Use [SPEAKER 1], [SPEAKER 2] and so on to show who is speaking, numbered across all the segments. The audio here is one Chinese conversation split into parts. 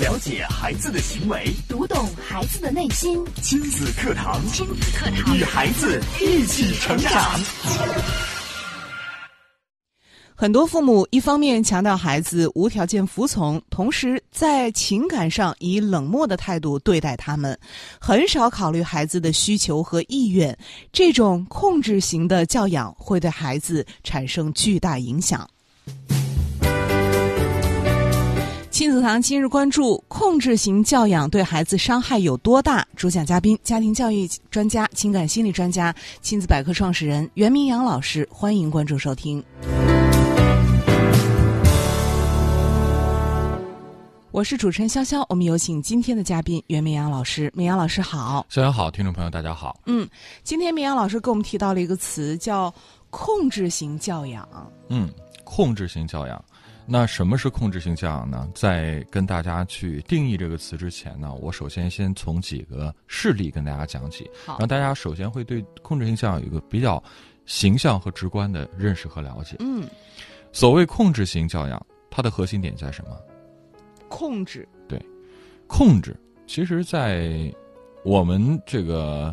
[SPEAKER 1] 了解孩子的行为，
[SPEAKER 2] 读懂孩子的内心，
[SPEAKER 1] 亲子课堂，
[SPEAKER 2] 亲子课堂
[SPEAKER 1] 与孩子一起成长。
[SPEAKER 3] 很多父母一方面强调孩子无条件服从，同时在情感上以冷漠的态度对待他们，很少考虑孩子的需求和意愿。这种控制型的教养会对孩子产生巨大影响。亲子堂今日关注：控制型教养对孩子伤害有多大？主讲嘉宾：家庭教育专家、情感心理专家、亲子百科创始人袁明阳老师。欢迎关注收听。我是主持人潇潇，我们有请今天的嘉宾袁明阳老师。明阳老师好，
[SPEAKER 4] 大家好，听众朋友大家好。
[SPEAKER 3] 嗯，今天明阳老师给我们提到了一个词，叫控制型教养。
[SPEAKER 4] 嗯，控制型教养，那什么是控制型教养呢？在跟大家去定义这个词之前呢，我首先先从几个事例跟大家讲起，
[SPEAKER 3] 好
[SPEAKER 4] 让，大家首先会对控制型教养有一个比较形象和直观的认识和了解。
[SPEAKER 3] 嗯，
[SPEAKER 4] 所谓控制型教养，它的核心点在什么？
[SPEAKER 3] 控制，
[SPEAKER 4] 控制。其实，在我们这个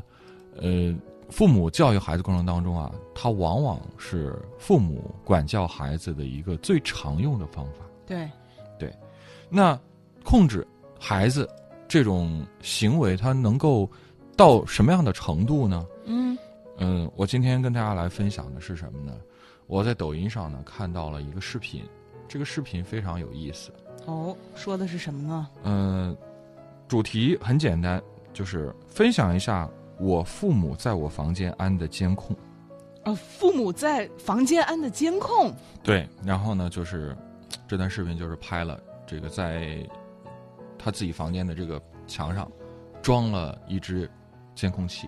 [SPEAKER 4] 呃父母教育孩子过程当中啊，它往往是父母管教孩子的一个最常用的方法。
[SPEAKER 3] 对，
[SPEAKER 4] 那控制孩子这种行为，它能够到什么样的程度呢？
[SPEAKER 3] 嗯
[SPEAKER 4] 嗯，我今天跟大家来分享的是什么呢？我在抖音上呢看到了一个视频，这个视频非常有意思。
[SPEAKER 3] 哦，说的是什么呢？
[SPEAKER 4] 嗯，主题很简单，就是分享一下我父母在我房间安的监控。
[SPEAKER 3] 呃，父母在房间安的监控。
[SPEAKER 4] 对，然后呢，就是这段视频就是拍了这个在他自己房间的这个墙上装了一只监控器。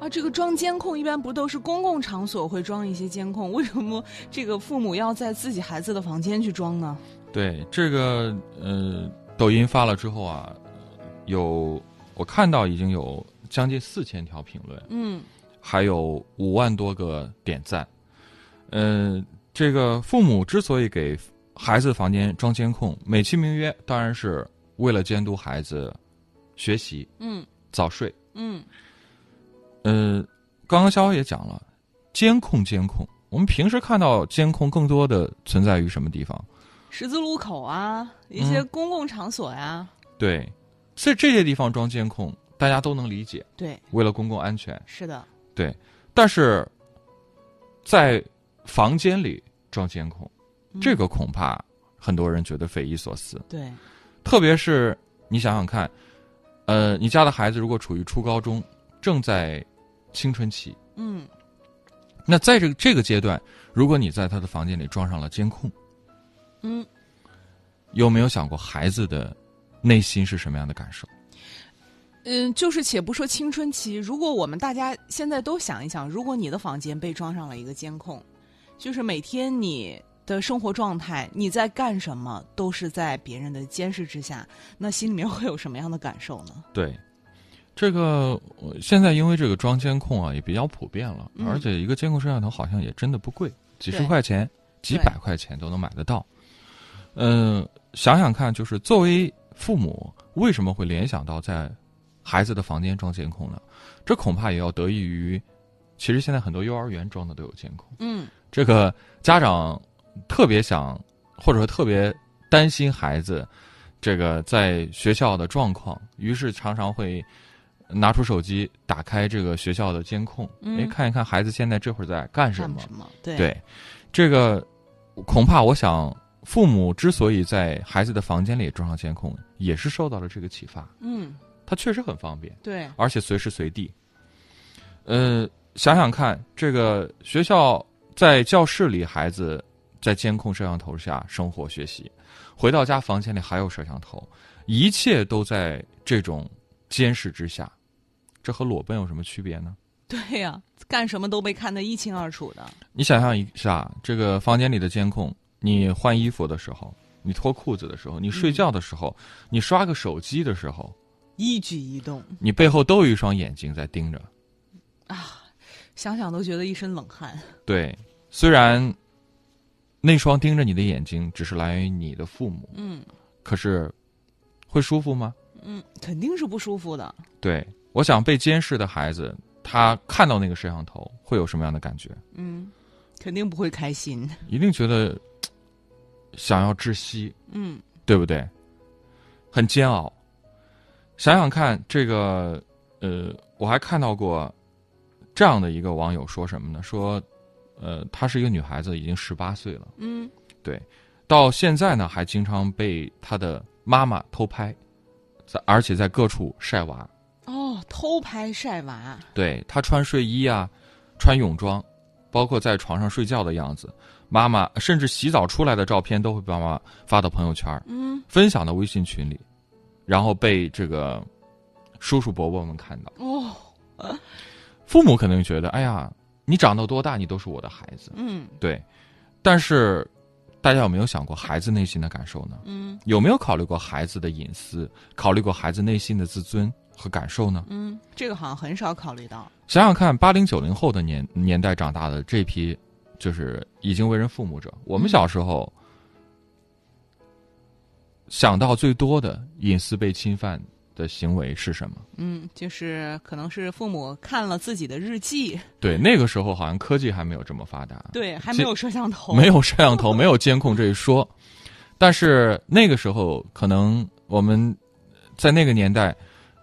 [SPEAKER 3] 啊，这个装监控一般不都是公共场所会装一些监控？为什么这个父母要在自己孩子的房间去装呢？
[SPEAKER 4] 对这个呃，抖音发了之后啊，有我看到已经有将近四千条评论，
[SPEAKER 3] 嗯，
[SPEAKER 4] 还有五万多个点赞。嗯，这个父母之所以给孩子房间装监控，美其名曰当然是为了监督孩子学习、
[SPEAKER 3] 嗯
[SPEAKER 4] 早睡。
[SPEAKER 3] 嗯，
[SPEAKER 4] 嗯，刚刚肖也讲了，监控监控，我们平时看到监控更多的存在于什么地方？
[SPEAKER 3] 十字路口啊，一些公共场所呀、
[SPEAKER 4] 对，在这些地方装监控，大家都能理解，
[SPEAKER 3] 对，
[SPEAKER 4] 为了公共安全。
[SPEAKER 3] 是的，
[SPEAKER 4] 但是，在房间里装监控。
[SPEAKER 3] 嗯
[SPEAKER 4] 这个恐怕很多人觉得匪夷所思。
[SPEAKER 3] 对，
[SPEAKER 4] 特别是你想想看，呃，你家的孩子如果处于初高中，正在青春期，
[SPEAKER 3] 嗯，
[SPEAKER 4] 那在这个这个阶段，如果你在他的房间里装上了监控，
[SPEAKER 3] 嗯，
[SPEAKER 4] 有没有想过孩子的内心是什么样的感受？
[SPEAKER 3] 嗯，就是且不说青春期，如果我们大家现在都想一想，如果你的房间被装上了一个监控，就是每天你的生活状态，你在干什么，都是在别人的监视之下，那心里面会有什么样的感受呢？
[SPEAKER 4] 对，这个我现在因为这个装监控啊也比较普遍了，
[SPEAKER 3] 嗯
[SPEAKER 4] 而且一个监控摄像头好像也真的不贵，几十
[SPEAKER 3] 对
[SPEAKER 4] 块钱、几
[SPEAKER 3] 对
[SPEAKER 4] 百块钱都能买得到。嗯、想想看，就是作为父母，为什么会联想到在孩子的房间装监控呢？这恐怕也要得益于，其实现在很多幼儿园装的都有监控。
[SPEAKER 3] 嗯，
[SPEAKER 4] 这个家长特别想，或者说特别担心孩子这个在学校的状况，于是常常会拿出手机打开这个学校的监控，
[SPEAKER 3] 嗯
[SPEAKER 4] 哎、看一看孩子现在这会儿在干什
[SPEAKER 3] 干
[SPEAKER 4] 么。
[SPEAKER 3] 什么？对，
[SPEAKER 4] 对，这个恐怕我想，父母之所以在孩子的房间里装上监控，也是受到了这个启发，
[SPEAKER 3] 嗯，
[SPEAKER 4] 它确实很方便。
[SPEAKER 3] 对，
[SPEAKER 4] 而且随时随地。呃，想想看，这个学校在教室里，孩子在监控摄像头下生活学习，回到家房间里还有摄像头，一切都在这种监视之下，这和裸奔有什么区别呢？
[SPEAKER 3] 对呀、干什么都被看得一清二楚的。
[SPEAKER 4] 你想象一下，这个房间里的监控，你换衣服的时候，你脱裤子的时候，你睡觉的时候，你刷个手机的时候，
[SPEAKER 3] 一举一动
[SPEAKER 4] 你背后都有一双眼睛在盯着。
[SPEAKER 3] 啊，想想都觉得一身冷汗。
[SPEAKER 4] 对，虽然那双盯着你的眼睛只是来源于你的父母，
[SPEAKER 3] 嗯，
[SPEAKER 4] 可是会舒服吗？
[SPEAKER 3] 嗯，肯定是不舒服的。
[SPEAKER 4] 对，我想被监视的孩子，他看到那个摄像头会有什么样的感觉？
[SPEAKER 3] 嗯，肯定不会开心。
[SPEAKER 4] 一定觉得嘖想要窒息，
[SPEAKER 3] 嗯
[SPEAKER 4] 对不对？很煎熬。想想看，这个呃，我还看到过这样的一个网友说什么呢？说，呃，她是一个女孩子，已经十八岁了，
[SPEAKER 3] 嗯，
[SPEAKER 4] 到现在呢还经常被她的妈妈偷拍，在而且在各处晒娃。
[SPEAKER 3] 哦，偷拍晒娃，
[SPEAKER 4] 对她穿睡衣啊，穿泳装，包括在床上睡觉的样子，妈妈甚至洗澡出来的照片都会被妈妈发到朋友圈儿。
[SPEAKER 3] 嗯，
[SPEAKER 4] 分享到微信群里，然后被这个叔叔伯伯们看到，
[SPEAKER 3] 哦，
[SPEAKER 4] 父母可能觉得，哎呀，你长到多大，你都是我的孩子，
[SPEAKER 3] 嗯
[SPEAKER 4] 对。但是，大家有没有想过孩子内心的感受呢？
[SPEAKER 3] 嗯
[SPEAKER 4] 有没有考虑过孩子的隐私，考虑过孩子内心的自尊和感受呢？
[SPEAKER 3] 嗯，这个好像很少考虑到。
[SPEAKER 4] 想想看，八零九零后的年年代长大的这批，就是已经为人父母者，我们
[SPEAKER 3] 嗯
[SPEAKER 4] 小时候。想到最多的隐私被侵犯的行为是什么？
[SPEAKER 3] 嗯，就是可能是父母看了自己的日记，
[SPEAKER 4] 对，那个时候好像科技还没有这么发达，
[SPEAKER 3] 对，还
[SPEAKER 4] 这
[SPEAKER 3] 没有摄像头，
[SPEAKER 4] 没，有摄像头，没有监控这一说。但是那个时候，可能我们在那个年代，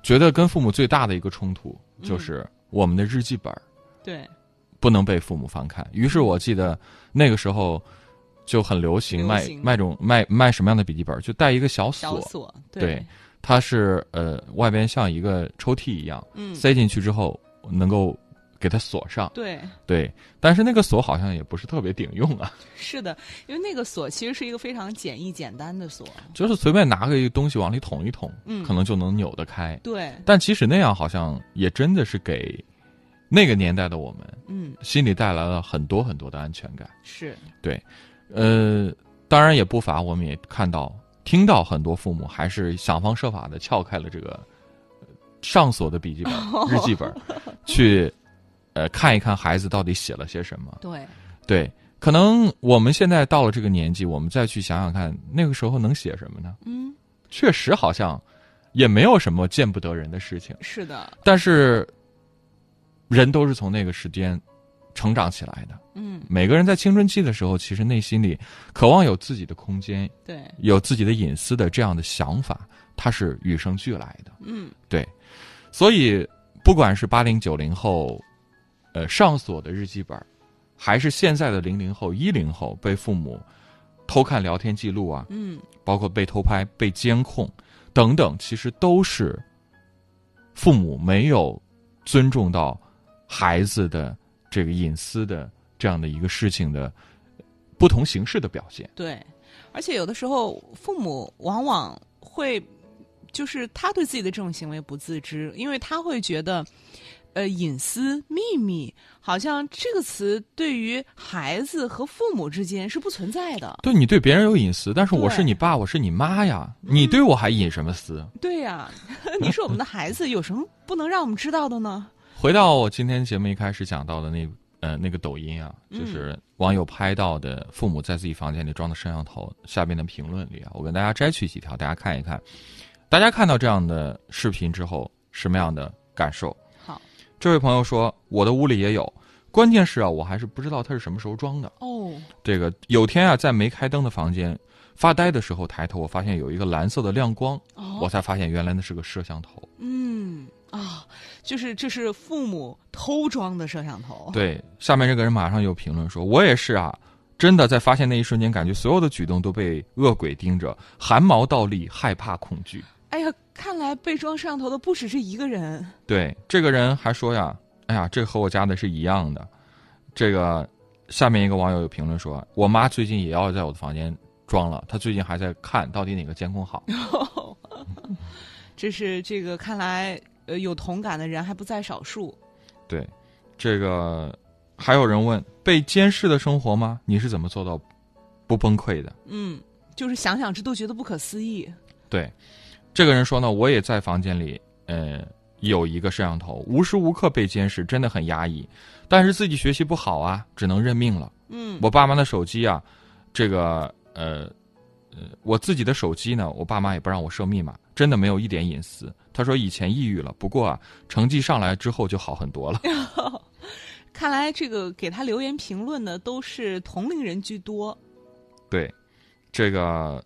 [SPEAKER 4] 觉得跟父母最大的一个冲突
[SPEAKER 3] 嗯
[SPEAKER 4] 就是我们的日记本儿
[SPEAKER 3] 对，
[SPEAKER 4] 不能被父母翻看。于是我记得那个时候就很流行
[SPEAKER 3] 流
[SPEAKER 4] 卖
[SPEAKER 3] 行
[SPEAKER 4] 卖种卖卖什么样的笔记本儿，就带一个小
[SPEAKER 3] 小
[SPEAKER 4] 锁，
[SPEAKER 3] 锁，
[SPEAKER 4] 对，它是呃外边像一个抽屉一样
[SPEAKER 3] 嗯，
[SPEAKER 4] 塞进去之后能够给它锁上。
[SPEAKER 3] 对，
[SPEAKER 4] 对，但是那个锁好像也不是特别顶用啊，
[SPEAKER 3] 是的，因为那个锁其实是一个非常简易简单的锁，
[SPEAKER 4] 就是随便拿个一个东西往里捅一捅，
[SPEAKER 3] 嗯
[SPEAKER 4] 可能就能扭得开。
[SPEAKER 3] 对，
[SPEAKER 4] 但即使那样，好像也真的是给那个年代的我们
[SPEAKER 3] 嗯，
[SPEAKER 4] 心里带来了很多很多的安全感。
[SPEAKER 3] 是，
[SPEAKER 4] 呃，当然也不乏我们也看到、听到很多父母还是想方设法的撬开了这个呃上锁的笔记本、日记本，去呃看一看孩子到底写了些什么。
[SPEAKER 3] 对，
[SPEAKER 4] 对，可能我们现在到了这个年纪，我们再去想想看，那个时候能写什么呢？
[SPEAKER 3] 嗯，
[SPEAKER 4] 确实好像也没有什么见不得人的事情，
[SPEAKER 3] 是的，
[SPEAKER 4] 但是人都是从那个时间成长起来的。
[SPEAKER 3] 嗯，
[SPEAKER 4] 每个人在青春期的时候，其实内心里渴望有自己的空间，
[SPEAKER 3] 对，
[SPEAKER 4] 有自己的隐私的这样的想法，它是与生俱来的。
[SPEAKER 3] 嗯，
[SPEAKER 4] 对，所以不管是八零九零后，呃，上锁的日记本儿，还是现在的零零后、一零后被父母偷看聊天记录啊，
[SPEAKER 3] 嗯，
[SPEAKER 4] 包括被偷拍、被监控等等，其实都是父母没有尊重到孩子的这个隐私的这样的一个事情的不同形式的表现。
[SPEAKER 3] 对，而且有的时候父母往往会，就是他对自己的这种行为不自知，因为他会觉得。呃，隐私、秘密，好像这个词对于孩子和父母之间是不存在的。
[SPEAKER 4] 对你对别人有隐私，但是我
[SPEAKER 3] 对
[SPEAKER 4] 是你爸，我是你妈呀，你对我还隐什么私？
[SPEAKER 3] 对呀、 你是我们的孩子，有什么不能让我们知道的呢？
[SPEAKER 4] 回到我今天节目一开始讲到的那呃那个抖音啊，
[SPEAKER 3] 嗯
[SPEAKER 4] 就是网友拍到的父母在自己房间里装的摄像头下边的评论里啊，我跟大家摘取几条，大家看一看。大家看到这样的视频之后，什么样的感受？
[SPEAKER 3] 好
[SPEAKER 4] 这位朋友说：“我的屋里也有，关键是啊，我还是不知道它是什么时候装的。
[SPEAKER 3] 哦，
[SPEAKER 4] 这个有天啊，在没开灯的房间发呆的时候，抬头我发现有一个蓝色的亮光，
[SPEAKER 3] 哦
[SPEAKER 4] 我才发现原来那是个摄像头。
[SPEAKER 3] 嗯啊，就是这是父母偷装的摄像 头。
[SPEAKER 4] 对，下面这个人马上有评论说：“我也是啊，真的在发现那一瞬间，感觉所有的举动都被恶鬼盯着，汗毛倒立，害怕恐惧。
[SPEAKER 3] 哎呀，看来被装摄像头的不只是一个人。”
[SPEAKER 4] 对，这个人还说呀：“哎呀，这和我家的是一样的。”这个下面一个网友有评论说：“我妈最近也要在我的房间装了，她最近还在看到底哪个监控好。
[SPEAKER 3] 这是这个看来呃有同感的人还不在少数。”
[SPEAKER 4] 对，这个还有人问：“被监视的生活吗？你是怎么做到不崩溃的？”
[SPEAKER 3] 嗯，就是想想这都觉得不可思议。
[SPEAKER 4] 对，这个人说呢，我也在房间里，呃，有一个摄像头，无时无刻被监视，真的很压抑。但是自己学习不好啊，只能认命了。
[SPEAKER 3] 嗯，
[SPEAKER 4] 我爸妈的手机啊，这个呃，呃，我自己的手机呢，我爸妈也不让我设密码，真的没有一点隐私。他说以前抑郁了，不过啊，成绩上来之后就好很多了。
[SPEAKER 3] 看来这个给他留言评论的都是同龄人居多。
[SPEAKER 4] 对，这个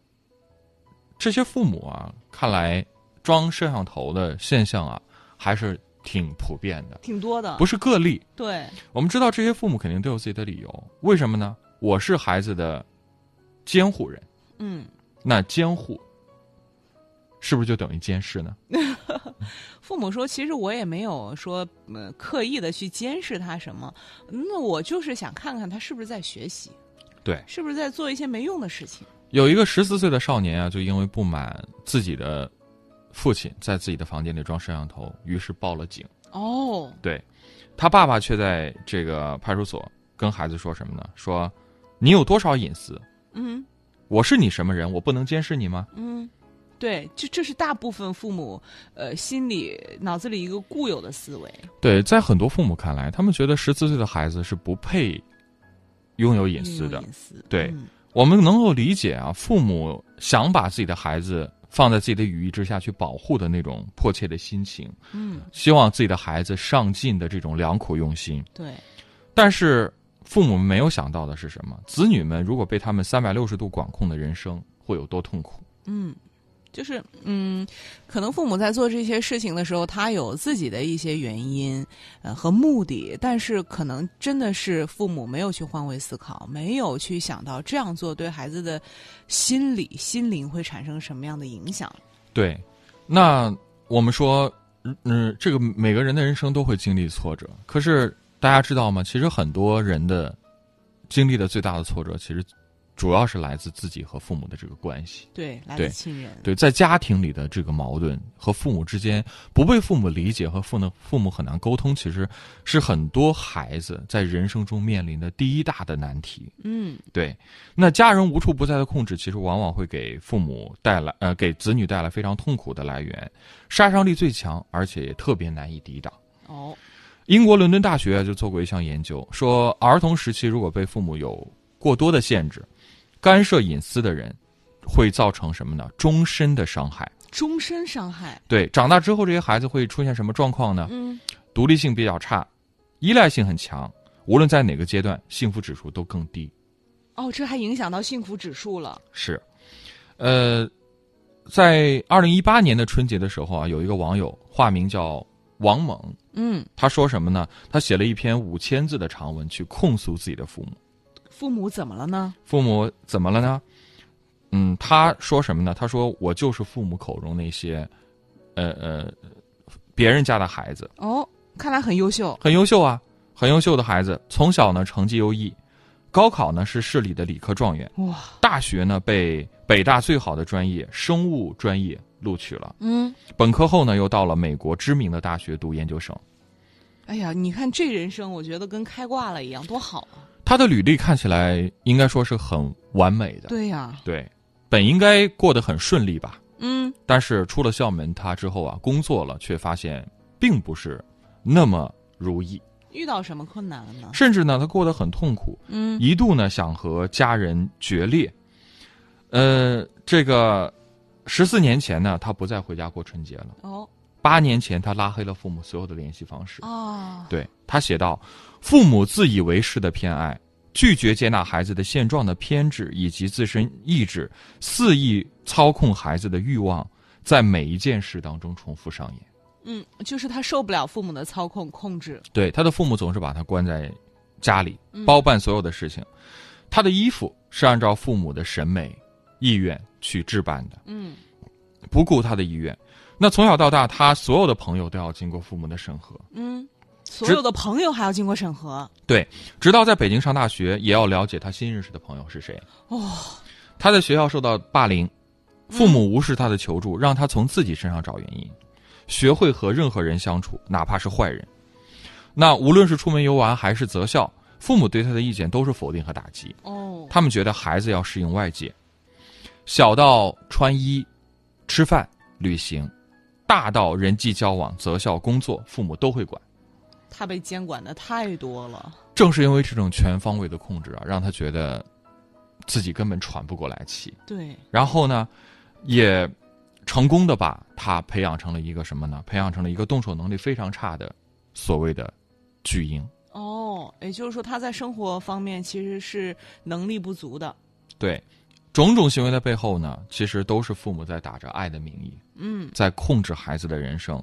[SPEAKER 4] 这些父母啊，看来装摄像头的现象啊，还是挺普遍的，
[SPEAKER 3] 挺多的，
[SPEAKER 4] 不
[SPEAKER 3] 是
[SPEAKER 4] 是个例。
[SPEAKER 3] 对，
[SPEAKER 4] 我们知道这些父母肯定都有自己的理由，为什么呢？我是孩子的监护人，
[SPEAKER 3] 嗯，
[SPEAKER 4] 那监护是不是就等于监视呢？
[SPEAKER 3] 父母说，其实我也没有说呃刻意的去监视他什么，那我就是想看看他是不是在学习，
[SPEAKER 4] 对，
[SPEAKER 3] 是不是在做一些没用的事情。
[SPEAKER 4] 有一个十四岁的少年啊，就因为不满自己的父亲在自己的房间里装摄像头，于是报了警。
[SPEAKER 3] 哦，
[SPEAKER 4] 对，他爸爸却在这个派出所跟孩子说什么呢？说你有多少隐私？
[SPEAKER 3] 嗯
[SPEAKER 4] 我是你什么人？我不能监视你吗？
[SPEAKER 3] 嗯，对，这这是大部分父母呃心里脑子里一个固有的思维，
[SPEAKER 4] 对，在很多父母看来，他们觉得十四岁的孩子是不配拥有隐私
[SPEAKER 3] 运
[SPEAKER 4] 的
[SPEAKER 3] 用。隐私，
[SPEAKER 4] 对
[SPEAKER 3] 嗯
[SPEAKER 4] 我们能够理解啊，父母想把自己的孩子放在自己的羽翼之下去保护的那种迫切的心情，
[SPEAKER 3] 嗯，
[SPEAKER 4] 希望自己的孩子上进的这种良苦用心。
[SPEAKER 3] 对，
[SPEAKER 4] 但是父母们没有想到的是什么？子女们如果被他们三百六十度管控的人生会有多痛苦？
[SPEAKER 3] 嗯，就是嗯，可能父母在做这些事情的时候，他有自己的一些原因，呃和目的，但是可能真的是父母没有去换位思考，没有去想到这样做对孩子的心理、心灵会产生什么样的影响。
[SPEAKER 4] 对，那我们说，嗯，这个每个人的人生都会经历挫折。可是大家知道吗？其实很多人的经历的最大的挫折，其实主要是来自自己和父母的这个关系。
[SPEAKER 3] 对，来
[SPEAKER 4] 对
[SPEAKER 3] 自亲人，
[SPEAKER 4] 对，在家庭里的这个矛盾和父母之间不被父母理解和父能父母很难沟通，其实是很多孩子在人生中面临的第一大的难题。
[SPEAKER 3] 嗯，
[SPEAKER 4] 对，那家人无处不在的控制，其实往往会给父母带来呃给子女带来非常痛苦的来源，杀伤力最强，而且也特别难以抵挡。
[SPEAKER 3] 哦，
[SPEAKER 4] 英国伦敦大学啊就做过一项研究，说儿童时期如果被父母有过多的限制、干涉隐私的人，会造成什么呢？终身的伤害。
[SPEAKER 3] 终身伤害，
[SPEAKER 4] 对，长大之后这些孩子会出现什么状况呢？
[SPEAKER 3] 嗯，
[SPEAKER 4] 独立性比较差，依赖性很强，无论在哪个阶段，幸福指数都更低。
[SPEAKER 3] 哦，这还影响到幸福指数了，
[SPEAKER 4] 是，呃，在二零一八年的春节的时候啊，有一个网友化名叫王猛，
[SPEAKER 3] 嗯，
[SPEAKER 4] 他说什么呢？他写了一篇五千字的长文去控诉自己的父母。
[SPEAKER 3] 父母怎么了呢？
[SPEAKER 4] 父母怎么了呢？嗯，他说什么呢？他说我就是父母口中那些，呃呃，别人家的孩子，
[SPEAKER 3] 哦，看来很优秀，
[SPEAKER 4] 很优秀啊，很优秀的孩子，从小呢成绩优异，高考呢是市里的理科状元，
[SPEAKER 3] 哇，
[SPEAKER 4] 大学呢被北大最好的专业生物专业录取了，
[SPEAKER 3] 嗯。
[SPEAKER 4] 本科后呢又到了美国知名的大学读研究生。
[SPEAKER 3] 哎呀，你看这人生，我觉得跟开挂了一样，多好啊！
[SPEAKER 4] 他的履历看起来应该说是很完美的，
[SPEAKER 3] 对呀、
[SPEAKER 4] 对本应该过得很顺利吧。
[SPEAKER 3] 嗯，
[SPEAKER 4] 但是出了校门，他之后啊工作了，却发现并不是那么如意，
[SPEAKER 3] 遇到什么困难了呢？
[SPEAKER 4] 甚至呢他过得很痛苦，
[SPEAKER 3] 嗯，
[SPEAKER 4] 一度呢想和家人决裂。呃，这个十四年前呢，他不再回家过春节了。
[SPEAKER 3] 哦
[SPEAKER 4] 八年前，他拉黑了父母所有的联系方式。
[SPEAKER 3] 啊，
[SPEAKER 4] 对他写道：“父母自以为是的偏爱，拒绝接纳孩子的现状的偏执，以及自身意志肆意操控孩子的欲望，在每一件事当中重复上演。
[SPEAKER 3] 嗯，就是他受不了父母的操控控制，
[SPEAKER 4] 对他的父母总是把他关在家里，
[SPEAKER 3] 嗯
[SPEAKER 4] 包办所有的事情。他的衣服是按照父母的审美意愿去置办的，
[SPEAKER 3] 嗯，
[SPEAKER 4] 不顾他的意愿。那从小到大，他所有的朋友都要经过父母的审核。”
[SPEAKER 3] 嗯，所有的朋友还要经过审核，
[SPEAKER 4] 直到在北京上大学，也要了解他新认识的朋友是谁。
[SPEAKER 3] 哦，
[SPEAKER 4] 他在学校受到霸凌，父母无视他的求助，让他从自己身上找原因，学会和任何人相处，哪怕是坏人。那无论是出门游玩还是择校，父母对他的意见都是否定和打击。
[SPEAKER 3] 哦，
[SPEAKER 4] 他们觉得孩子要适应外界，小到穿衣、吃饭、旅行，大到人际交往、择校、工作，父母都会管。
[SPEAKER 3] 他被监管的太多了，
[SPEAKER 4] 正是因为这种全方位的控制啊，让他觉得自己根本喘不过来气。
[SPEAKER 3] 对，
[SPEAKER 4] 然后呢，也成功的把他培养成了一个什么呢？培养成了一个动手能力非常差的所谓的巨婴。
[SPEAKER 3] 哦，也就是说他在生活方面其实是能力不足的。
[SPEAKER 4] 对，种种行为的背后呢，其实都是父母在打着爱的名义，
[SPEAKER 3] 嗯，
[SPEAKER 4] 在控制孩子的人生，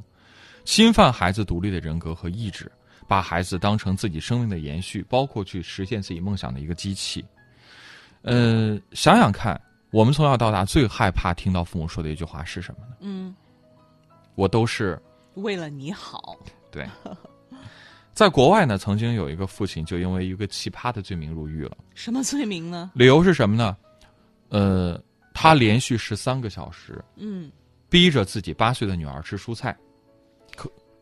[SPEAKER 4] 侵犯孩子独立的人格和意志，把孩子当成自己生命的延续，包括去实现自己梦想的一个机器。呃，想想看，我们从小到大最害怕听到父母说的一句话是什么呢？
[SPEAKER 3] 嗯，
[SPEAKER 4] 我都是
[SPEAKER 3] 为了你好，
[SPEAKER 4] 对。在国外呢，曾经有一个父亲就因为一个奇葩的罪名入狱了，
[SPEAKER 3] 什么罪名呢？
[SPEAKER 4] 理由是什么呢？呃，他连续十三个小时
[SPEAKER 3] 嗯
[SPEAKER 4] 逼着自己八岁的女儿吃蔬菜，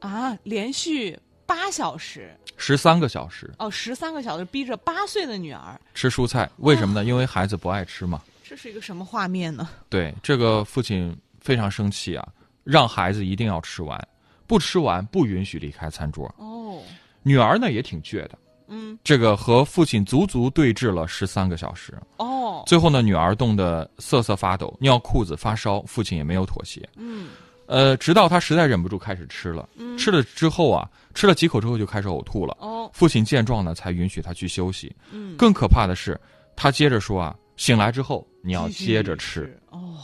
[SPEAKER 3] 啊，连续八小时
[SPEAKER 4] 十三个小时
[SPEAKER 3] 哦，十三个小时逼着八岁的女儿，
[SPEAKER 4] 吃蔬菜，为什么呢？
[SPEAKER 3] 嗯
[SPEAKER 4] 因为孩子不爱吃嘛。
[SPEAKER 3] 这是一个什么画面呢？
[SPEAKER 4] 对，这个父亲非常生气啊，让孩子一定要吃完，不吃完不允许离开餐桌。
[SPEAKER 3] 哦，
[SPEAKER 4] 女儿呢也挺倔的，
[SPEAKER 3] 嗯，
[SPEAKER 4] 这个和父亲足足对峙了十三个小时，
[SPEAKER 3] 哦，
[SPEAKER 4] 最后呢，女儿冻得瑟瑟发抖，尿裤子发烧，父亲也没有妥协。
[SPEAKER 3] 嗯
[SPEAKER 4] 呃，直到他实在忍不住开始吃了，
[SPEAKER 3] 嗯，
[SPEAKER 4] 吃了之后啊，吃了几口之后就开始呕吐了。
[SPEAKER 3] 哦，
[SPEAKER 4] 父亲见状呢，才允许他去休息。
[SPEAKER 3] 嗯，
[SPEAKER 4] 更可怕的是，他接着说啊，醒来之后你要
[SPEAKER 3] 继续
[SPEAKER 4] 接着吃。
[SPEAKER 3] 哦。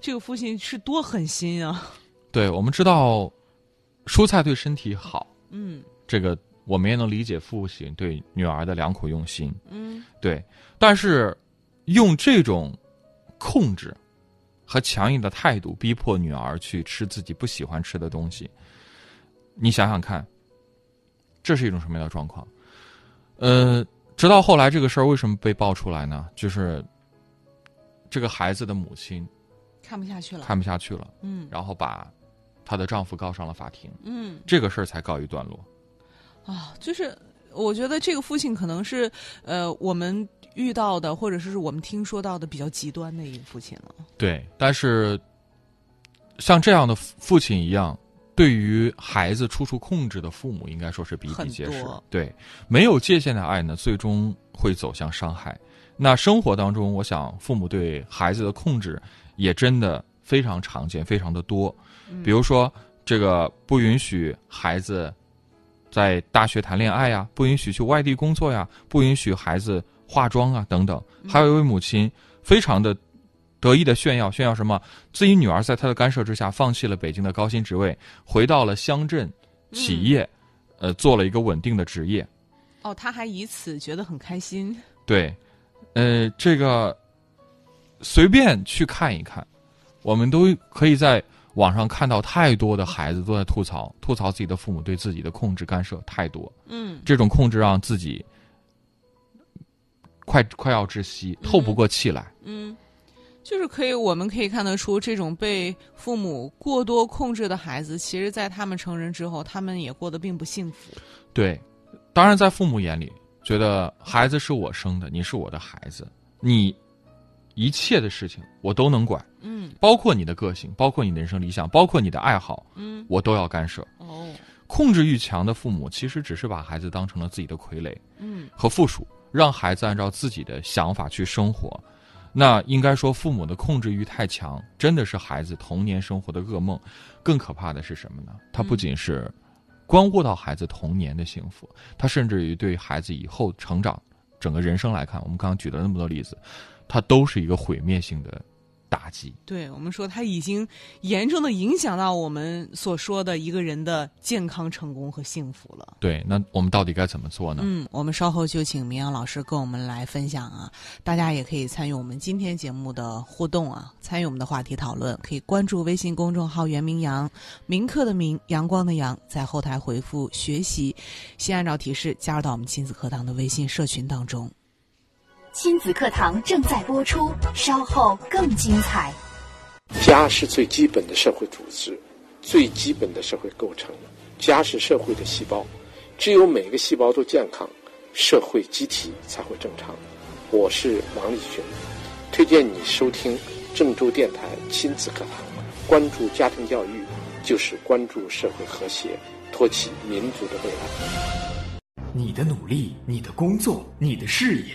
[SPEAKER 3] 这个父亲是多狠心啊！
[SPEAKER 4] 对，我们知道，蔬菜对身体好，
[SPEAKER 3] 嗯
[SPEAKER 4] 这个我们也能理解父亲对女儿的良苦用心。
[SPEAKER 3] 嗯，
[SPEAKER 4] 对，但是用这种控制和强硬的态度逼迫女儿去吃自己不喜欢吃的东西，你想想看，这是一种什么样的状况？呃，直到后来这个事儿为什么被爆出来呢？就是这个孩子的母亲
[SPEAKER 3] 看不下去了。
[SPEAKER 4] 看不下去了，
[SPEAKER 3] 嗯
[SPEAKER 4] 然后把她的丈夫告上了法庭，
[SPEAKER 3] 嗯，
[SPEAKER 4] 这个事儿才告一段落。
[SPEAKER 3] 啊，就是我觉得这个父亲可能是呃我们遇到的或者是我们听说到的比较极端的一个父亲了。
[SPEAKER 4] 对，但是像这样的父父亲一样，对于孩子处处控制的父母，应该说是比比
[SPEAKER 3] 很
[SPEAKER 4] 皆是
[SPEAKER 3] 多。
[SPEAKER 4] 对，没有界限的爱呢，最终会走向伤害。那生活当中，我想父母对孩子的控制也真的非常常见，非常的多。
[SPEAKER 3] 嗯
[SPEAKER 4] 比如说，这个不允许孩子在大学谈恋爱呀、不允许去外地工作呀、不允许孩子化妆啊等等。
[SPEAKER 3] 嗯
[SPEAKER 4] 还有一位母亲非常的得意的炫耀，炫耀什么？自己女儿在她的干涉之下，放弃了北京的高薪职位，回到了乡镇
[SPEAKER 3] 嗯
[SPEAKER 4] 企业，呃，做了一个稳定的职业。
[SPEAKER 3] 哦，他还以此觉得很开心。
[SPEAKER 4] 对，呃，这个随便去看一看，我们都可以在网上看到太多的孩子都在吐槽，吐槽自己的父母对自己的控制干涉太多，
[SPEAKER 3] 嗯
[SPEAKER 4] 这种控制让自己快快要窒息，透不过气来。
[SPEAKER 3] 嗯。就是可以，我们可以看得出，这种被父母过多控制的孩子，其实，在他们成人之后，他们也过得并不幸福。
[SPEAKER 4] 对，当然在父母眼里，觉得孩子是我生的，你是我的孩子，你一切的事情我都能管，
[SPEAKER 3] 嗯
[SPEAKER 4] 包括你的个性，包括你的人生理想，包括你的爱好，
[SPEAKER 3] 嗯，
[SPEAKER 4] 我都要干涉。
[SPEAKER 3] 哦，
[SPEAKER 4] 控制欲强的父母其实只是把孩子当成了自己的傀儡
[SPEAKER 3] 嗯
[SPEAKER 4] 和附属，让孩子按照自己的想法去生活。那应该说，父母的控制欲太强，真的是孩子童年生活的噩梦。更可怕的是什么呢？它不仅是关乎到孩子童年的幸福，它甚至于对孩子以后成长、整个人生来看，我们刚刚举了那么多例子，它都是一个毁灭性的打击。
[SPEAKER 3] 对我们说，他已经严重的影响到我们所说的一个人的健康、成功和幸福了。
[SPEAKER 4] 对，那我们到底该怎么做呢？
[SPEAKER 3] 嗯，我们稍后就请明阳老师跟我们来分享啊，大家也可以参与我们今天节目的互动啊，参与我们的话题讨论，可以关注微信公众号“袁明阳”，明课的明，阳光的阳，在后台回复“学习”，先按照提示加入到我们亲子课堂的微信社群当中。
[SPEAKER 2] 亲子课堂正在播出，稍后更精彩。
[SPEAKER 5] 家是最基本的社会组织，最基本的社会构成。家是社会的细胞，只有每个细胞都健康，社会机体才会正常。我是王立群，推荐你收听郑州电台亲子课堂，关注家庭教育，就是关注社会和谐，托起民族的未来。
[SPEAKER 1] 你的努力，你的工作，你的事业，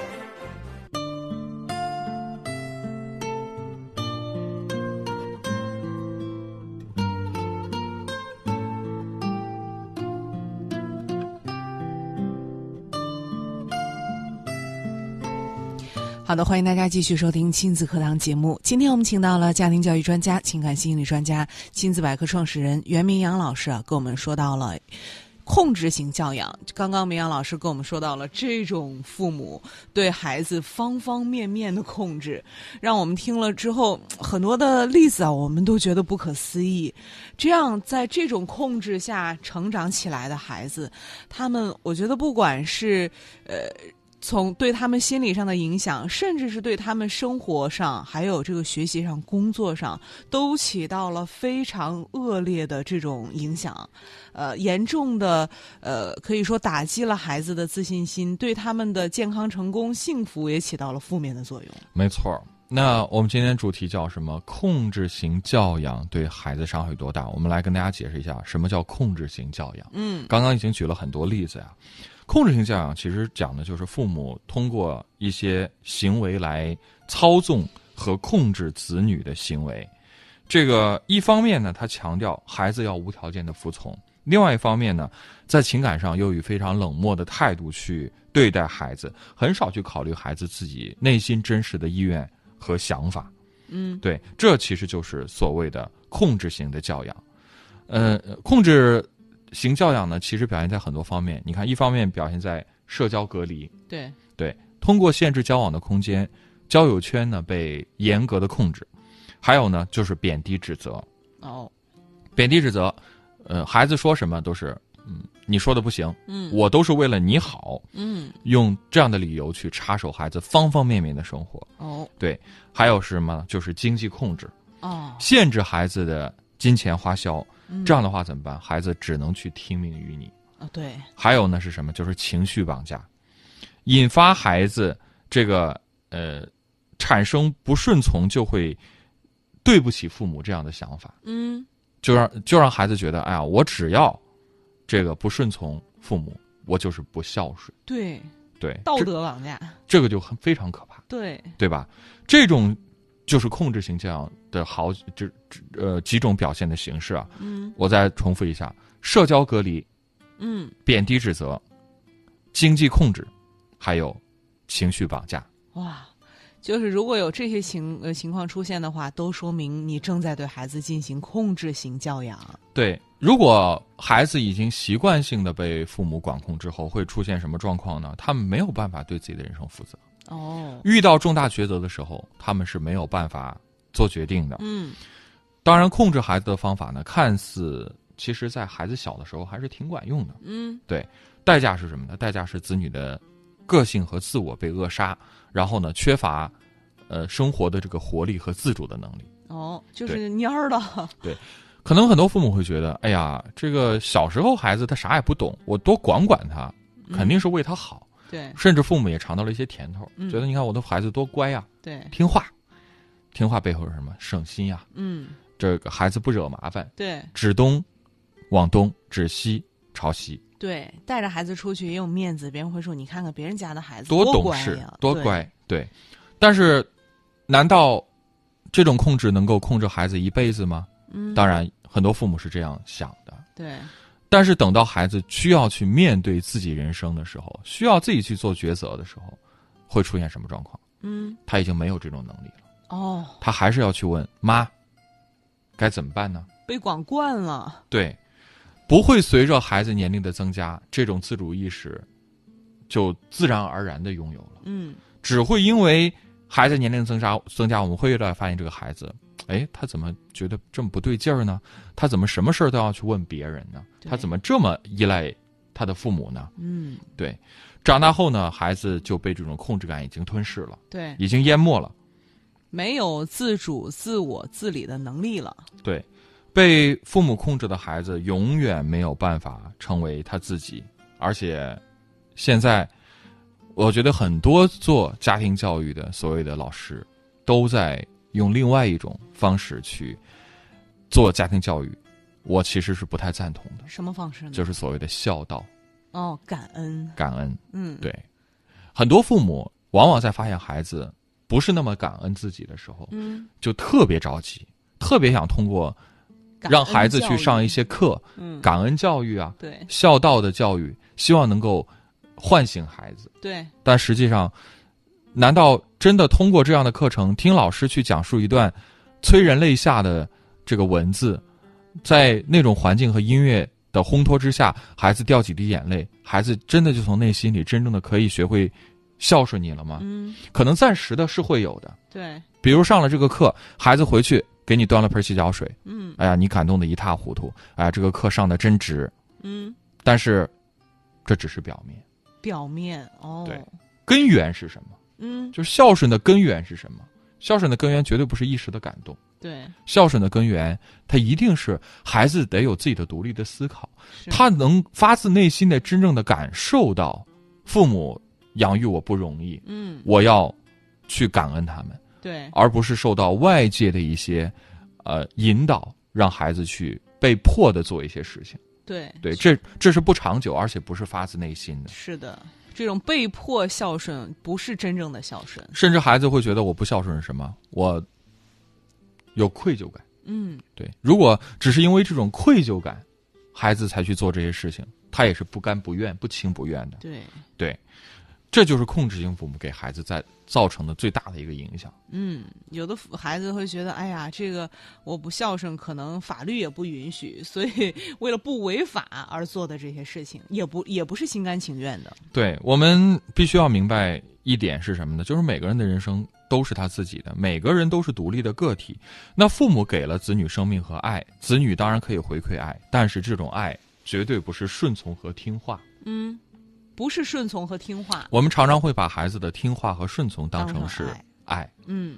[SPEAKER 3] 好的，欢迎大家继续收听亲子课堂节目。今天我们请到了家庭教育专家、情感心理专家、亲子百科创始人袁明阳老师啊，跟我们说到了控制型教养。刚刚明阳老师跟我们说到了这种父母对孩子方方面面的控制，让我们听了之后很多的例子啊，我们都觉得不可思议。这样在这种控制下成长起来的孩子，他们我觉得不管是呃。从对他们心理上的影响，甚至是对他们生活上、还有这个学习上、工作上，都起到了非常恶劣的这种影响，呃，严重的呃，可以说打击了孩子的自信心，对他们的健康、成功、幸福也起到了负面的作用。
[SPEAKER 4] 没错儿。那我们今天主题叫什么？控制型教养对孩子伤害有多大？我们来跟大家解释一下，什么叫控制型教养。
[SPEAKER 3] 嗯，
[SPEAKER 4] 刚刚已经举了很多例子呀、控制型教养其实讲的就是父母通过一些行为来操纵和控制子女的行为。这个一方面呢，他强调孩子要无条件的服从；另外一方面呢，在情感上又以非常冷漠的态度去对待孩子，很少去考虑孩子自己内心真实的意愿和想法。
[SPEAKER 3] 嗯，
[SPEAKER 4] 对，这其实就是所谓的控制型的教养。呃，控制型教养呢，其实表现在很多方面。你看，一方面表现在社交隔离，
[SPEAKER 3] 对，
[SPEAKER 4] 对，通过限制交往的空间，交友圈呢被严格的控制；还有呢，就是贬低指责，
[SPEAKER 3] 哦，
[SPEAKER 4] 贬低指责，呃，孩子说什么都是，嗯，你说的不行，
[SPEAKER 3] 嗯，
[SPEAKER 4] 我都是为了你好，
[SPEAKER 3] 嗯，
[SPEAKER 4] 用这样的理由去插手孩子方方面面的生活。
[SPEAKER 3] 哦，
[SPEAKER 4] 对，还有是什么呢？就是经济控制。
[SPEAKER 3] 哦，
[SPEAKER 4] 限制孩子的金钱花销，
[SPEAKER 3] 嗯
[SPEAKER 4] 这样的话怎么办？孩子只能去听命于你。
[SPEAKER 3] 啊，对，
[SPEAKER 4] 还有呢是什么？就是情绪绑架，引发孩子这个呃产生不顺从，就会对不起父母这样的想法，
[SPEAKER 3] 嗯，
[SPEAKER 4] 就让就让孩子觉得，哎呀，我只要这个不顺从父母，我就是不孝顺。
[SPEAKER 3] 对，
[SPEAKER 4] 对，
[SPEAKER 3] 道
[SPEAKER 4] 这
[SPEAKER 3] 德绑架，
[SPEAKER 4] 这个就很非常可怕。
[SPEAKER 3] 对，
[SPEAKER 4] 对吧？这种就是控制型教养的好这这呃几种表现的形式啊。
[SPEAKER 3] 嗯
[SPEAKER 4] 我再重复一下：社交隔离、
[SPEAKER 3] 嗯，
[SPEAKER 4] 贬低指责、经济控制，还有情绪绑架。
[SPEAKER 3] 哇，就是如果有这些情呃情况出现的话，都说明你正在对孩子进行控制型教养。
[SPEAKER 4] 对，如果孩子已经习惯性的被父母管控之后，会出现什么状况呢？他们没有办法对自己的人生负责，
[SPEAKER 3] 哦，
[SPEAKER 4] 遇到重大抉择的时候，他们是没有办法做决定的。
[SPEAKER 3] 嗯，
[SPEAKER 4] 当然，控制孩子的方法呢，看似其实在孩子小的时候还是挺管用的。
[SPEAKER 3] 嗯，
[SPEAKER 4] 代价是什么呢？代价是子女的个性和自我被扼杀，然后呢，缺乏呃生活的这个活力和自主的能力。
[SPEAKER 3] 哦，就是蔫儿了。
[SPEAKER 4] 可能很多父母会觉得，哎呀，这个小时候孩子他啥也不懂，我多管管他，肯定是为他好。
[SPEAKER 3] 对
[SPEAKER 4] 甚至父母也尝到了一些甜头，
[SPEAKER 3] 嗯
[SPEAKER 4] 觉得你看我的孩子多乖呀、
[SPEAKER 3] 对，
[SPEAKER 4] 听话，听话背后是什么？省心呀、
[SPEAKER 3] 嗯，
[SPEAKER 4] 这个孩子不惹麻烦，
[SPEAKER 3] 对
[SPEAKER 4] 指东往东，指西朝西。
[SPEAKER 3] 对，带着孩子出去也有面子，别人会说你看看别人家的孩子
[SPEAKER 4] 多懂
[SPEAKER 3] 乖
[SPEAKER 4] 事
[SPEAKER 3] 呀，，
[SPEAKER 4] 多
[SPEAKER 3] 对。
[SPEAKER 4] 乖，对。但是，难道这种控制能够控制孩子一辈子吗？
[SPEAKER 3] 嗯，
[SPEAKER 4] 当然，很多父母是这样想的。
[SPEAKER 3] 对，
[SPEAKER 4] 但是等到孩子需要去面对自己人生的时候，需要自己去做抉择的时候，会出现什么状况？
[SPEAKER 3] 嗯，
[SPEAKER 4] 他已经没有这种能力了，
[SPEAKER 3] 哦，
[SPEAKER 4] 他还是要去问妈，该怎么办呢？
[SPEAKER 3] 被管惯了。
[SPEAKER 4] 对，不会随着孩子年龄的增加，这种自主意识就自然而然的拥有了。
[SPEAKER 3] 嗯，
[SPEAKER 4] 只会因为孩子年龄增加增加，我们会越来越发现这个孩子，哎，他怎么觉得这么不对劲儿呢？他怎么什么事儿都要去问别人呢？
[SPEAKER 3] 对
[SPEAKER 4] 他怎么这么依赖他的父母呢？
[SPEAKER 3] 嗯，
[SPEAKER 4] 对，长大后呢，孩子就被这种控制感已经吞噬了，
[SPEAKER 3] 对，
[SPEAKER 4] 已经淹没了。
[SPEAKER 3] 没有自主、自我、自理的能力了。
[SPEAKER 4] 对，被父母控制的孩子永远没有办法成为他自己，而且现在我觉得很多做家庭教育的所谓的老师都在用另外一种方式去做家庭教育，我其实是不太赞同的，
[SPEAKER 3] 什么方式呢？
[SPEAKER 4] 就是所谓的孝道、
[SPEAKER 3] 哦，感恩，
[SPEAKER 4] 感恩。
[SPEAKER 3] 嗯，
[SPEAKER 4] 对，很多父母往往在发现孩子不是那么感恩自己的时候，
[SPEAKER 3] 嗯，
[SPEAKER 4] 就特别着急，特别想通过
[SPEAKER 3] 感
[SPEAKER 4] 让
[SPEAKER 3] 恩
[SPEAKER 4] 孩子
[SPEAKER 3] 教
[SPEAKER 4] 去
[SPEAKER 3] 育
[SPEAKER 4] 上一，些课，
[SPEAKER 3] 嗯，
[SPEAKER 4] 感恩教育啊，
[SPEAKER 3] 对
[SPEAKER 4] 孝道的教育，希望能够唤醒孩子。
[SPEAKER 3] 对，
[SPEAKER 4] 但实际上，难道真的通过这样的课程，听老师去讲述一段催人泪下的这个文字，在那种环境和音乐的烘托之下，孩子掉几滴眼泪，孩子真的就从内心里真正的可以学会孝顺你了吗？
[SPEAKER 3] 嗯，
[SPEAKER 4] 可能暂时的是会有的，
[SPEAKER 3] 对，
[SPEAKER 4] 比如上了这个课，孩子回去给你端了盆洗脚水，
[SPEAKER 3] 嗯
[SPEAKER 4] 哎呀，你感动的一塌糊涂，哎呀，这个课上的真值，
[SPEAKER 3] 嗯，
[SPEAKER 4] 但是这只是表面，
[SPEAKER 3] 表面哦，
[SPEAKER 4] 对根源是什么？
[SPEAKER 3] 嗯，
[SPEAKER 4] 就是孝顺的根源是什么？孝顺的根源绝对不是一时的感动，
[SPEAKER 3] 对，
[SPEAKER 4] 孝顺的根源，它一定是孩子得有自己的独立的思考，
[SPEAKER 3] 是
[SPEAKER 4] 他能发自内心的真正的感受到，父母养育我不容易，
[SPEAKER 3] 嗯，
[SPEAKER 4] 我要去感恩他们，
[SPEAKER 3] 对，
[SPEAKER 4] 而不是受到外界的一些呃引导，让孩子去被迫的做一些事情。
[SPEAKER 3] 对，
[SPEAKER 4] 对，这这是不长久，而且不是发自内心的。
[SPEAKER 3] 是的，这种被迫孝顺不是真正的孝顺，
[SPEAKER 4] 甚至孩子会觉得我不孝顺是什么？我有愧疚感。
[SPEAKER 3] 嗯，
[SPEAKER 4] 对，如果只是因为这种愧疚感，孩子才去做这些事情，他也是不甘不愿、不情不愿的。
[SPEAKER 3] 对，
[SPEAKER 4] 对，这就是控制性父母给孩子在造成的最大的一个影响。
[SPEAKER 3] 嗯，有的父孩子会觉得，哎呀，这个我不孝顺，可能法律也不允许，所以 为了不违法而做的这些事情，也不也不是心甘情愿的。
[SPEAKER 4] 对我们必须要明白一点是什么呢？就是每个人的人生都是他自己的，每个人都是独立的个体。那父母给了子女生命和爱，子女当然可以回馈爱，但是这种爱绝对不是顺从和听话。
[SPEAKER 3] 嗯，不是顺从和听话。
[SPEAKER 4] 我们常常会把孩子的听话和顺从当
[SPEAKER 3] 当
[SPEAKER 4] 成
[SPEAKER 3] 成
[SPEAKER 4] 是
[SPEAKER 3] 爱
[SPEAKER 4] 爱，
[SPEAKER 3] 嗯，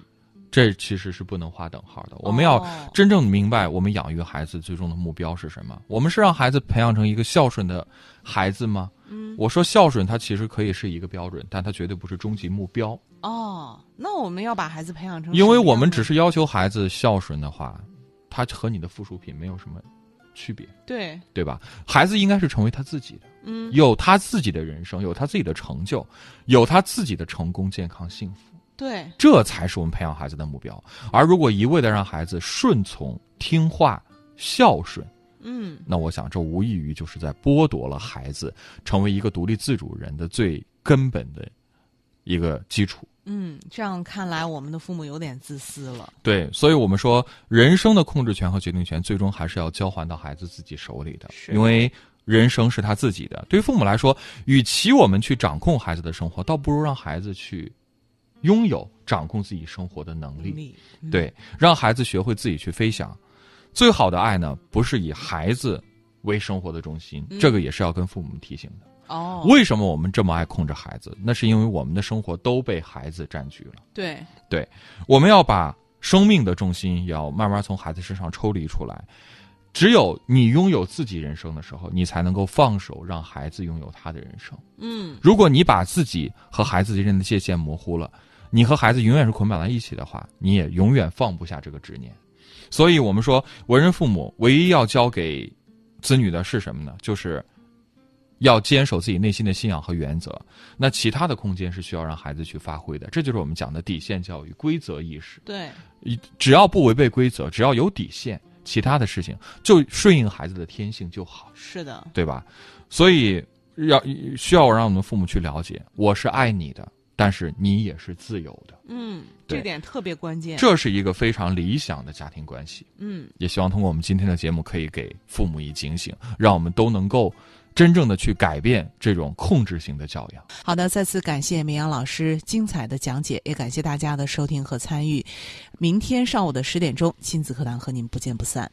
[SPEAKER 4] 这其实是不能划等号的。我们要
[SPEAKER 3] 哦
[SPEAKER 4] 真正明白，我们养育孩子最终的目标是什么？我们是让孩子培养成一个孝顺的孩子吗？
[SPEAKER 3] 嗯，
[SPEAKER 4] 我说孝顺，它其实可以是一个标准，但它绝对不是终极目标。
[SPEAKER 3] 哦，那我们要把孩子培养成什么样的，
[SPEAKER 4] 因为我们只是要求孩子孝顺的话，他和你的附属品没有什么区别，
[SPEAKER 3] 对，
[SPEAKER 4] 对吧？孩子应该是成为他自己的，
[SPEAKER 3] 嗯，
[SPEAKER 4] 有他自己的人生，有他自己的成就，有他自己的成功、健康、幸福，
[SPEAKER 3] 对，
[SPEAKER 4] 这才是我们培养孩子的目标。而如果一味的让孩子顺从、听话、孝顺，
[SPEAKER 3] 嗯，
[SPEAKER 4] 那我想这无异于就是在剥夺了孩子成为一个独立自主人的最根本的一个基础。
[SPEAKER 3] 嗯，这样看来，我们的父母有点自私了。
[SPEAKER 4] 对，所以我们说，人生的控制权和决定权，最终还是要交还到孩子自己手里的，
[SPEAKER 3] 是
[SPEAKER 4] 因为人生是他自己的。对于父母来说，与其我们去掌控孩子的生活，倒不如让孩子去拥有掌控自己生活的能力。
[SPEAKER 3] 力，嗯，
[SPEAKER 4] 对，让孩子学会自己去飞翔。最好的爱呢，不是以孩子为生活的中心，
[SPEAKER 3] 嗯
[SPEAKER 4] 这个也是要跟父母提醒的。
[SPEAKER 3] 哦，
[SPEAKER 4] 为什么我们这么爱控制孩子？那是因为我们的生活都被孩子占据了。
[SPEAKER 3] 对，
[SPEAKER 4] 我们要把生命的重心也要慢慢从孩子身上抽离出来。只有你拥有自己人生的时候，你才能够放手让孩子拥有他的人生。
[SPEAKER 3] 嗯，
[SPEAKER 4] 如果你把自己和孩子之间的界限模糊了，你和孩子永远是捆绑在一起的话，你也永远放不下这个执念。所以，我们说，为人父母唯一要教给子女的是什么呢？就是要坚守自己内心的信仰和原则。那其他的空间是需要让孩子去发挥的，这就是我们讲的底线教育、规则意识。
[SPEAKER 3] 对，
[SPEAKER 4] 一只要不违背规则，只要有底线，其他的事情就顺应孩子的天性就好。
[SPEAKER 3] 是的，
[SPEAKER 4] 对吧？所以要需要让我们父母去了解，我是爱你的，但是你也是自由的，
[SPEAKER 3] 嗯，
[SPEAKER 4] 对
[SPEAKER 3] 这点特别关键。
[SPEAKER 4] 这是一个非常理想的家庭关系。
[SPEAKER 3] 嗯，
[SPEAKER 4] 也希望通过我们今天的节目，可以给父母以警醒，让我们都能够真正的去改变这种控制型的教养。
[SPEAKER 3] 好的，再次感谢明阳老师精彩的讲解，也感谢大家的收听和参与。明天上午的十点钟，亲子课堂和您不见不散。